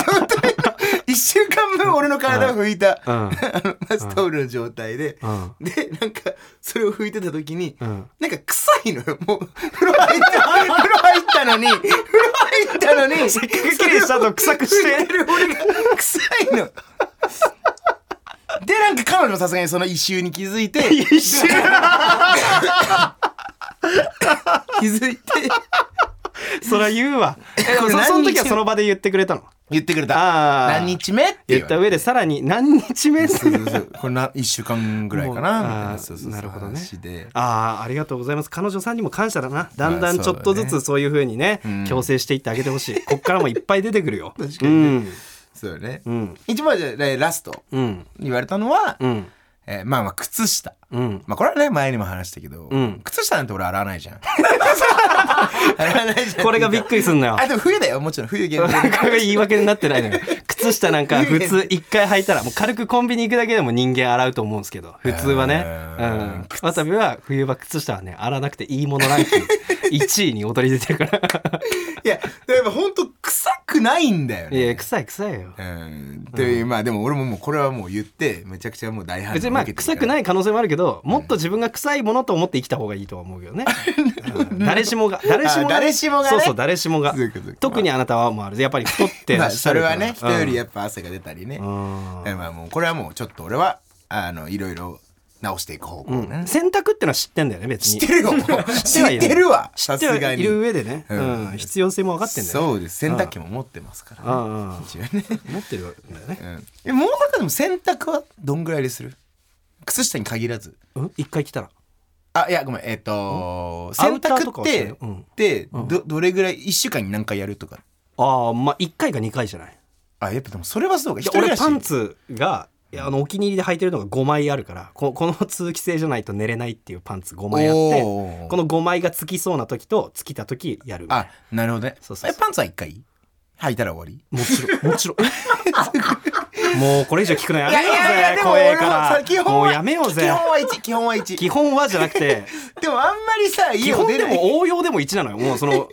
<laughs> 1週間分俺の体を拭いた <laughs>
うん
あのバスタオルの状態で
うん
でなんかそれを拭いてた時に
うん
なんか臭いのよもう風呂入った風呂入ったのに風呂入ったのに
せっかく綺麗にしたの臭くして
てる俺が臭いの。でなんか彼女もさすがにその異臭に気づいて
一瞬
気づいて
そら言うわえ
これ
そ
何日
その時はその場で言ってくれたの
言ってくれ
あ
た
ー
何日目って
言った
上
上でさらに何日目
そうそうそうこれな1週間ぐらいかなみ
も
た
う
い
あ
な
ー
そうそうそう
なるほどね
話で
ああありがとうございます彼女さんにも感謝だなだんだん
まあ
ちょっと
そ
ず
うだ
つ
ね
そういうふうにね
ん
強制していってあげてほしいこっからもいっぱい出てくるよ
<laughs> 確かにね
うん
そうよね
うん
一番じゃあラスト
うん
言われたのは
うん
えーまあまあ靴下
うん
まあこれはね前にも話したけど
うん
靴下なんて俺洗わないじ
<laughs>
ゃん洗わないじゃん
これがびっくりす
<laughs>
んのよ
あでも冬だよもちろん冬限定
<laughs> これが言い訳になってないのよ靴下なんか普通一回履いたらもう軽くコンビニ行くだけでも人間洗うと思うんですけど普通はね
う
うんん渡部は冬場靴下はね洗わなくていいものラ
<laughs>
ンキング1位に躍り出てるから
いや、でも本当臭くないんだよ
いや
ね。
臭い臭いよ
うん。という、まあでも俺ももうこれはもう言って、めちゃくちゃもう大反応
別にまあ
受けてる
臭
か
く
ら
ない可能性もあるけどもっと自分が臭いものと思って生きた方がいいとは思
<laughs>
うよねうん誰しもが誰しもが
あ誰しもがね
そうそう誰しもが
そういうことか
特にあなたはもうあるやっぱり太って
<laughs> ま
ら
あ
っしゃ
それ
るか
は
ら
ね、人よりやっぱ汗が出たりね。
うんうん
えまあもうこれはもうちょっと俺は、あの、いろいろ直していく方向
う
ね
ん、。選択ってのは知ってんだよね別
知
に
ってるよ知ってるわ
知
さ
って
す
は
が
い
に。
る上でね、う
うんん
必要性も分かってんだよ、ね、
そうです洗濯機も持ってますからね。
ああ
一応ね
持ってるんだよね、
うんえもう中でも洗濯はどんぐらいでする靴下に限らず
うん、一回来たら
あいやごめんえっ、と
ア
洗
ウターと
濯っ
かはして
て
る、うん
でどどれぐらい1週間に何回やるとか
ああまあ1回か2回じゃない
あやっぱでもそれはそうか
で
一人暮
俺
らし
パンツがいやあのお気に入りで履いてるのが5枚あるからこ <laughs> この通気性じゃないと寝れないっていうパンツ5枚あって
おー
この5枚がつきそうな時とつきた時やるみたいな
あなるほどね
そうそうそう
えパンツは1回履いたら終わり
もちろ
<laughs>
んもちろんもうこれ以上聞くのやめよ
いやいやいう
ぜ
やでも
怖え
俺も
か
さ基
ら
本は
もうやめよう
基
ぜ
本は1基本は1
基本はじゃなくて
でもあんまりさ
基
家を
本
出
で
<laughs> ない
も応用でも1なのよもうその
あんま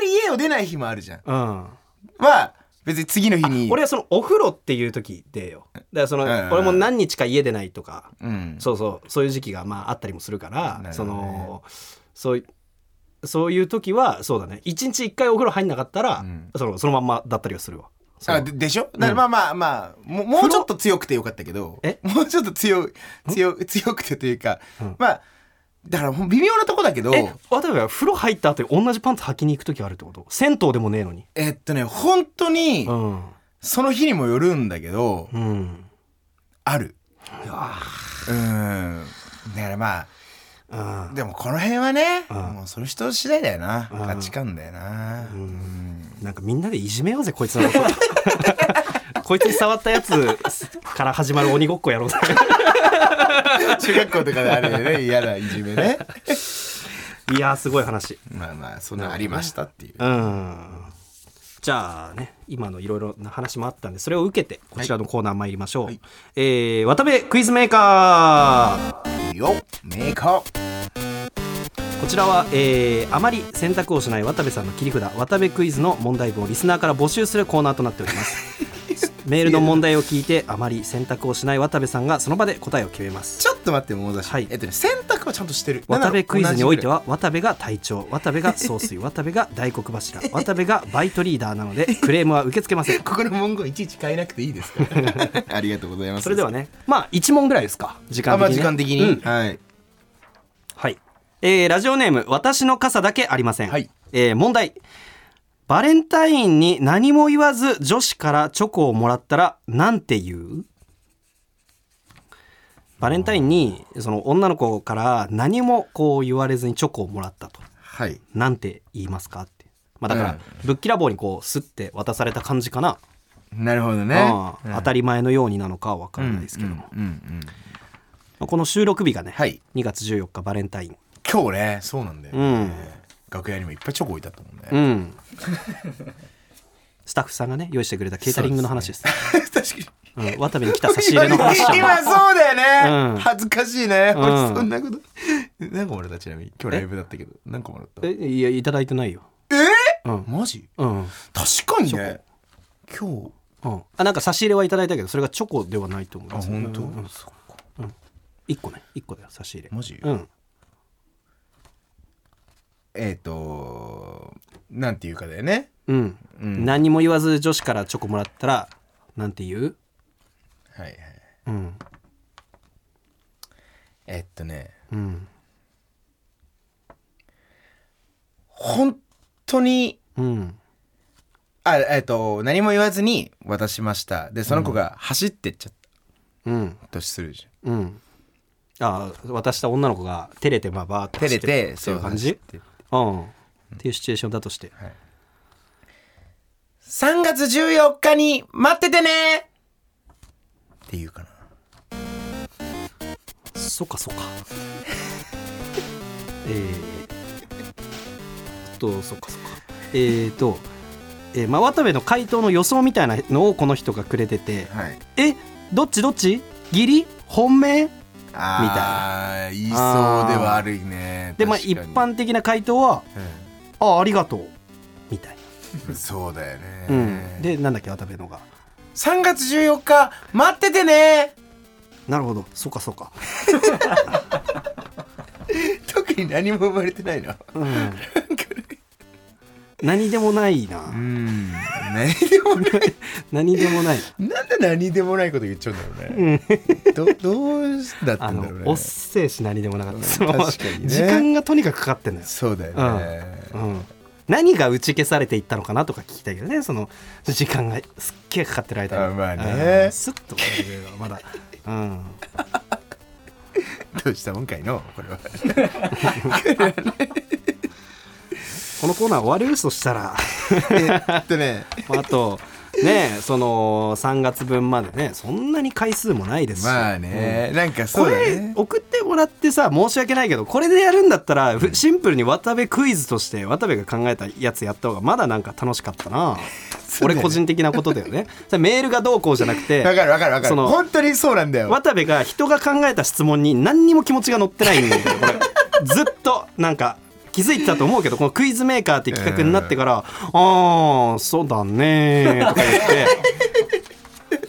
り家を出ない日もあるじゃん
うん
は別に次の日に
俺はそのお風呂っていう時でよだからその
うんうんうん
俺も何日か家でないとか
うん
そうそうそういう時期がまああったりもするから
なる
そ
ほどね
のそういそういう時はそうだね一日一回お風呂入んなかったら、
うん
そのそのまんまだったりはするわそう
あででしょだからまあまあまあ、もうもうちょっと強くてよかったけど
え
もうちょっと強い強い強くてというか、
うん
まあだからもう微妙なとこだけど
え例えば風呂入った後に同じパンツ履きに行く時あるってこと銭湯でもねえのに
えっとね本当に
うん
その日にもよるんだけど、
うん
ある
うわ
うんだからまあ
うん
でもこの辺はね、
うん
もうその人次第だよな、
うん
価値観だよな、
うん
うん
なんかみんなでいじめようぜこいつのこと <laughs> こいつに触ったやつから始まる鬼ごっこやろ
<laughs>
うぜ
中学校とかであれね嫌ないじめね
いやーすごい話
まあまあそんなのありましたっていう、
うんじゃあね今のいろいろな話もあったんでそれを受けてこちらのコーナー参りましょう、
はい
えー渡辺クイズメーカ
よメーカー
ーこちらは、えーあまり選択をしない渡部さんの切り札渡辺クイズの問題文をリスナーから募集するコーナーとなっております
<laughs>
メールの問題を聞いてあまり選択をしない渡部さんがその場で答えを決めます
ちょっと待ってもうだし、
はい
えっとね洗濯はちゃんとしてる
渡部クイズにおいては渡部が隊長渡部が総帥渡部が大黒柱渡部がバイトリーダーなのでクレームは受け付けません
ここの文言いちいち変えなくていいですから
<laughs>
ありがとうございます
それではねまあ1問ぐらいですか時間
あま
的に、ね
あ時間的に、
うん
はい
はい、えーラジオネーム私の傘だけありません、
はい
えー問題バレンタインに何も言わず女子からチョコをもらったらなんて言うバレンタインにその女の子から何もこう言われずにチョコをもらったと
はい
なんて言いますかってまあだか
う
ら
ん
ぶっきらぼうにこうスッて渡された感じかな、
なるほどね
ああ当た
り
り前のようになのかは分からないですけども、
うんうんうん
まあこの収録日がね、
はい
2月14日バレンタイン
今日ねそうなんだよ、
うん
楽屋にもいっぱいチョコ置いてあったもんね、
うん <laughs> スタッフさんがね用意してくれたケータリングの話 <laughs> で
<laughs>
す
確かに
うん、渡部に来た差し入れの話じゃ
今
ない
そうだよね、
うん
恥ずかしいね、
うん
俺そんなこと <laughs> 何個もらったちなみに今日ライブだったけど何個もらった
えいやいただいてないよ
え
うん
マジ
うん、うん、
確かにね今日
あなんか差し入れはいただいたけどそれがチョコではないと思い
あ
ます
本当、
うんうん、
そっか
1個ね1個だよ差し入れ
マジ
うん
えっ、となんていうかだよね。
うん、
うん
何も言わず女子からチョコもらったらなんて言う
はいはい。
うん
えっとね、
うん
本当に、
うん
あ、えっと、何も言わずに渡しました。で、その子が走ってっちゃっ
うん
たとするじ
うんあ渡した女の子が照れてまあバーッと
ゃん。照れて、
そういう感
走っ
じ
て
うんっていうシチュエーションだとして
3月14日に待っててねっていうかな。
そっかそっか。えー、とそっかそっか。えー、と、えーまあ、渡部の回答の予想みたいなのをこの人がくれてて、
はい。
えどっちどっち義理本命
あー言いそうではあるね。
で、まあ、
確
一
かに、
般的な回答は「あありがとう」みたい
うんそうだよ
な、う
ね。
ん、でなんだっけ渡部のが
3月14日待っててね
「なるほどそうかそうか」
<laughs> 特に何も生まれてないな。
うん、
<laughs>
何でもないな、
うん。何でもない。
何でもない
<laughs> なんで何でもないこと言っちゃうんだろうね。どどうだった
あ
んだろう
の
ね
おっせえし何でもなかったそ <laughs> の
確かにね
時間がとにかくかかってんのよ、
そうだよね、
うん、何が打ち消されていったのかなとか聞きたいけどねその時間がすっげえかかってる間に
あまあね
うんスッと終わるけど
<laughs>
まだ、うん、
どうしたもんかいのこれは
このコーナー終われるとしたら <laughs>
えっとね
あとねえその3月分までねそんなに回数もないですし、
まあね、なんか
こ
そうだ
れ
ね
送ってもらってさ申し訳ないけどこれでやるんだったらふシンプルに渡部クイズとして渡部が考えたやつやった方がまだなんか楽しかったな
<laughs> そうだ
俺
よね
個人的なことだよねそれメールがどうこうじゃなく
<laughs>
て
わかるわかるわか
そ
る
の
本当にそうなんだよ
渡部が人が考えた質問に何にも気持ちが乗ってないんだよこれずっとなんか気づいてたと思うけどこのクイズメーカーっていう企画になってから「ああそうだね」とか言って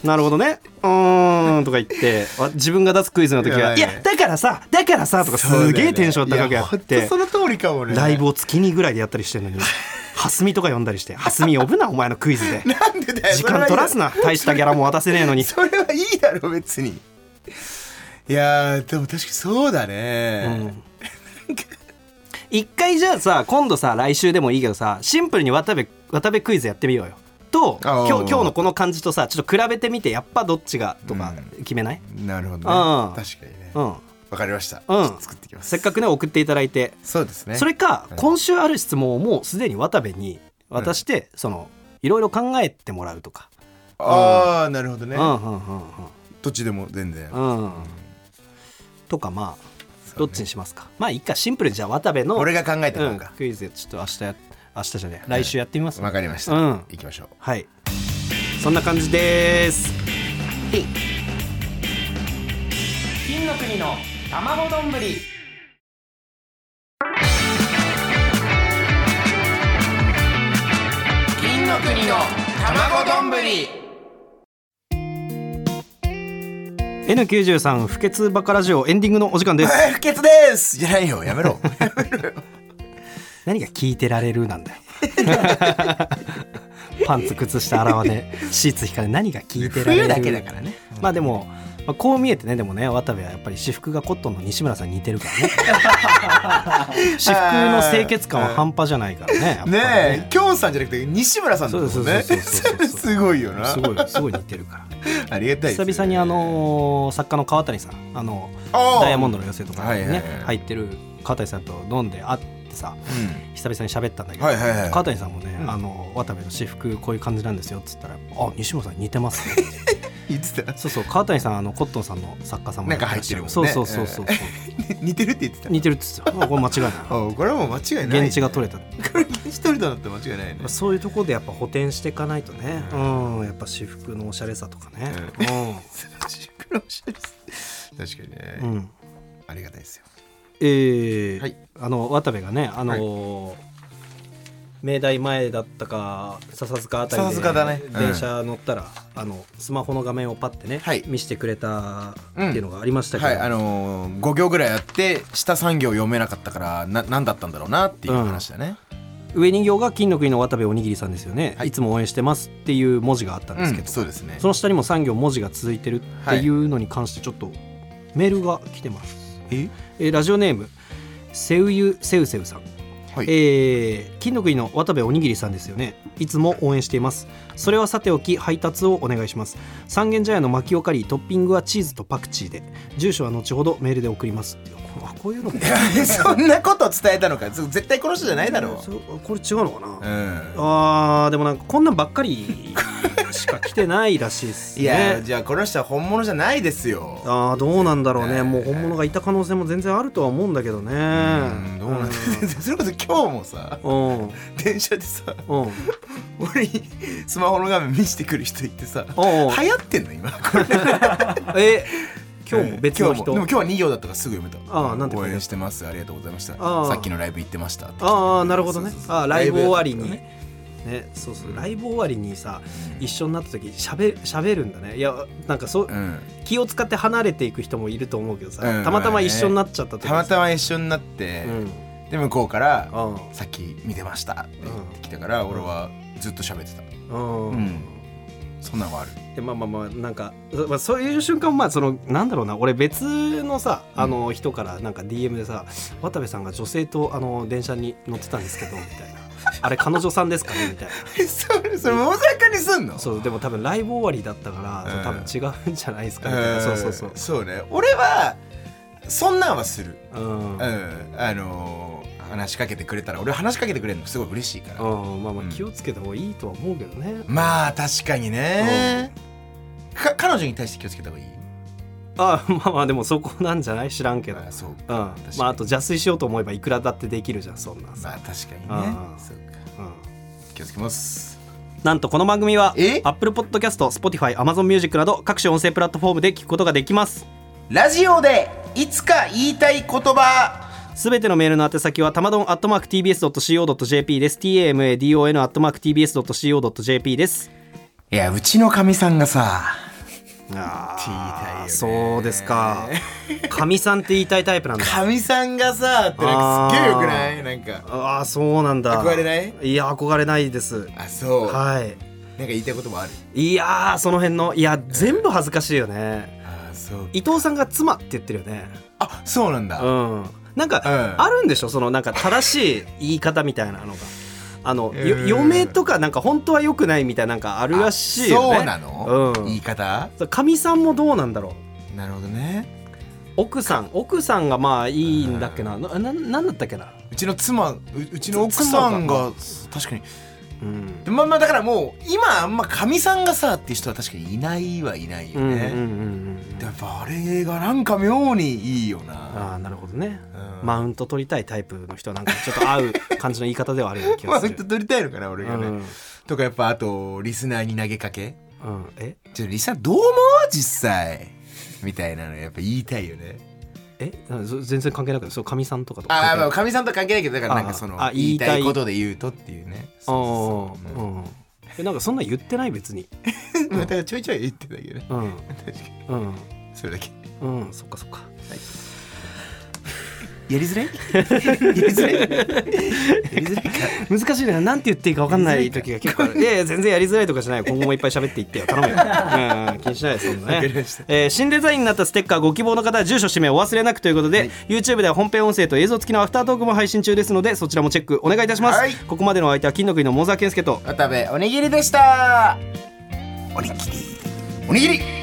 「なるほどねうーん」とか言ってわ自分が出すクイズの時は
い
「い
や
やだからさだからさ」とかすげえテンション高くやっ
い
て
や。本当その通りかもね
ライブを月にぐらいでやったりして
<laughs>
るのに蓮見とか呼んだりして「蓮見呼ぶなお前のクイズで
なんでだよ
時間取らすな大したギャラも渡せねえのに」
それはいいだろ別にいやーでも確かにそうだね、
一回じゃあさ今度さ来週でもいいけどさシンプルに渡部渡部クイズやってみようよと
あ
今
ー
日今日のこの感じとさちょっと比べてみてやっぱどっちがとか決めない、
なるほどね
ああ
確かにね
うん
わ、かりました、
うん
作ってきます
せっかくね送っていただいて、
そうですね
それか、
うん
今週ある質問をもうすでに渡部に渡して、そのいろいろ考えてもらうとか、
ああ、なるほどね、
うんうんう
どっちでも全然、
んうんうんとかまあ
そうね
どっちにしますかまあいいかシンプルにじゃあ渡部の
俺が考えた
う
の
ん
か、
クイズちょっと明日や明日じゃねえ来週やってみます
わかりました、
うん
行きましょう
はい。そんな感じです。金の国の卵丼ぶり。
金の国の卵丼ぶり
N93 不潔バカラジオエンディングのお時間です。
不潔ですじゃないよやめ
<laughs>
ろ
何が聞いてられるなんだ <laughs> よ。パンツ靴下洗わねシーツ引かね何が聞いてられる
冬だけだからね
まあでも、まあ、こう見えてねでもね渡部はやっぱり私服がコットンの西村さんに似てる <laughs> からね私服の清潔感は半端じゃないからねやっぱり
ねえ京さんじゃなくて西村さんだもんね
そうそうそうそうそう
<laughs> すごいよな
すごいすごい似てる
<laughs>
から
ありがたいですね
久々にあのー作家の川谷さんあの
あー
ダイヤモンドの寄せとかに
はい
ね
はいはい
入ってる川谷さんと飲んで会ってさ
う
久々に喋ったんだけ
ん
ど、
はいはいはい
川谷さんもね、あの渡部の私服こういう感じなんですよっつったら「あ西村さん似てますね」 <laughs>
言ってた <laughs>
そうそう川谷さんあのコットンさんの作家さんもやってらっしゃ
なんか
そう
入ってる
そ
もん
う
ね
そうそう、
<laughs> 似てるって言ってた
似てるっつってたあこれ間違いな
おうこれはもう間違いない
い現地が取れた
これ現地取れたのって間違いない <laughs> ね
そういうところでやっぱ補填していかないとね、うん、やっぱ私服のおしゃれさとかね、
確かにね、
うんうん、
ありがたいですよ
えー
はい
あの渡部がね、あのー明大前だったか笹塚あたりで
笹塚だねうん
電車乗ったら、あのスマホの画面をパッてね、
はい
見せてくれたっていうのがありましたけど、
はいあのー、5行ぐらいあって下3行読めなかったからな何だったんだろうなっていう話だね、
上2行が金の国の渡部おにぎりさんですよね、
はい
い、つも応援してますっていう文字があったん
う
で
ん
すけど、
そうですね
その下にも3行文字が続いてるっていうのに関してちょっとメールが来てます、
え
えーラジオネームセウユセウセウさん
はい
えー金の国の渡部おにぎりさんですよねいつも応援していますそれはさておき配達をお願いします三軒茶屋の薪を借りトッピングはチーズとパクチーで住所は後ほどメールで送りますっていうこあこういうの
<laughs> そんなこと伝えたのかず絶対この人じゃないだろ
そうこれ違うのか
う、う
な、
ん、
あーでもなんかこんなんばっかりしか来てないらしいですね
いや、じゃあこの人は本物じゃないですよ
あーどうなんだろう
ね
ねもう本物がいた可能性も全然あるとは思うんだけどね
うんどうなんだ <laughs> それこそ今日もさ
うん
電車でさ
うんうん
俺にスマホの画面見せてくる人いてさ流
おう
行ってんの今これ
え今日も別
今
の人
日もでも今日は2行だったからすぐ読めた
ああなんて
応
こと
援してますありがとうございました
ああ
さっきのライブ行ってましたって
ああなるほどね
そうそうそう
あーライブ終わりに
ライブやっ
ねそうそうライブ終わりにさ一緒になった時しゃべしゃべるんだねいやなんかそう
たからうん
気を使って離れていく人もいると思うけどさ
うん
たまたま一緒になっちゃった時
たまた
ま
ま一緒になって
う、ん
で向こうから
あ
「さっき見てました」って言ってきたから、俺はずっと喋ってた
あうん
うんそんなのがある
でまあまあまあなんか、まあ、そういう瞬間まあそのなんだろうな俺別のさあの人からなんか DM でさ「渡部さんが女性とあの電車に乗ってたんですけど」みたいな「あれ彼女さんですかね?」みたいな
<laughs> それそれ大阪にすんの
そうでも多分ライブ終わりだったから多分違うんじゃないですかみたいな、
ん
そうそうそう
そうね俺はそんなんはする
うん、うん
うんあのー話しかけてくれたら俺は話しかけてくれるのすごい嬉しいから
まあまあ
うん
気をつけた方がいいとは思うけどね、
まあ確かにねか彼女に対して気をつけた方がいい
あまあまあでもそこなんじゃない知らんけど、うん
あそうか
ま
に
ああと邪推しようと思えばいくらだってできるじゃんそんな
ま
さ、
あ確かにね
あー
そうか
うん
気をつけます
なんとこの番組は
え
Apple Podcast、Spotify、Amazon Music など各種音声プラットフォームで聞くことができます。
ラジオでいつか言いたい言葉
すべてのメールの宛先はたまどん @tbs.co.jp です。tamadon @tbs.co.jp です。
いやうちのかみさんがさ
あ
ー
そうですか。神さんって言いたいタイプなんだ。
かみさんがさってなんかすっげえよくないなんか
ああそうなんだ。
憧れない？
いや憧れないです。
あそうなんか
はい。
言いたいこともある
いやーその辺のいや全部恥ずかしいよね。
あそう
伊藤さんが妻って言ってるよね。
あそうなんだ
うん、なんか、
うん
あるんでしょそのなんか正しい言い方みたいなのが。あの、よ
うん
嫁とかなんか本当は良くないみたいななんかあるらしいよね。
そうなの、
うん
言い方
そうかみさんもどうなんだろう
なるほどね
奥さん奥さんがまあいいんだっけな、なななんだったっけな、
うちの妻ううちの奥さんが確かに
うん
まあまあだからもう今あんまかみさんがさっていう人は確かにいないはいないよ
うんうんうん
ね、
うん
でやっぱあれがなんか妙にいいよな
ああなるほどね、
うん
マウント取りたいタイプの人はなんかちょっと合う感じの言い方ではあるような気
ま
が
あ
す
本当
る
取りたいのかな俺がね、
うん
とかやっぱあとリスナーに投げかけ
うん、え
ちょリスナーどう思う実際みたいなのやっぱ言いたいよね
えなんかそ全然関係なくないそうかみさんとかと
ああ
関係
ま
な
あ
い
かみさんと関係ないけどだからなんかその
ああ
言いた
言いたい
いことで言うとっていうね
あ
そうそう
あ、
そう
うん。え、なんかそんな言ってない別に。
うん <laughs> まあだからちょいちょい言ってたけどね <laughs>
うん。うん。
それだけ
うん、そっかそっか。
<laughs> やりづらいやりづらいやりづらいか
難しいね。なんて言っていいか分かんない時が結構ある。いやいや、全然やりづらいとかじゃないよ。今後もいっぱい喋っていってよ。 <laughs> 頼むよ。うんうん、気にしないで、そんな
わかり
ね
ました。
えー新デザインになったステッカーご希望の方は住所、氏名お忘れなくということで、YouTube では本編音声と映像付きのアフタートークも配信中ですので、そちらもチェックお願いいたします。
はい
ここまでのお相手は金の国の桃沢健介と、
渡部おにぎりでしたおにぎりおにぎり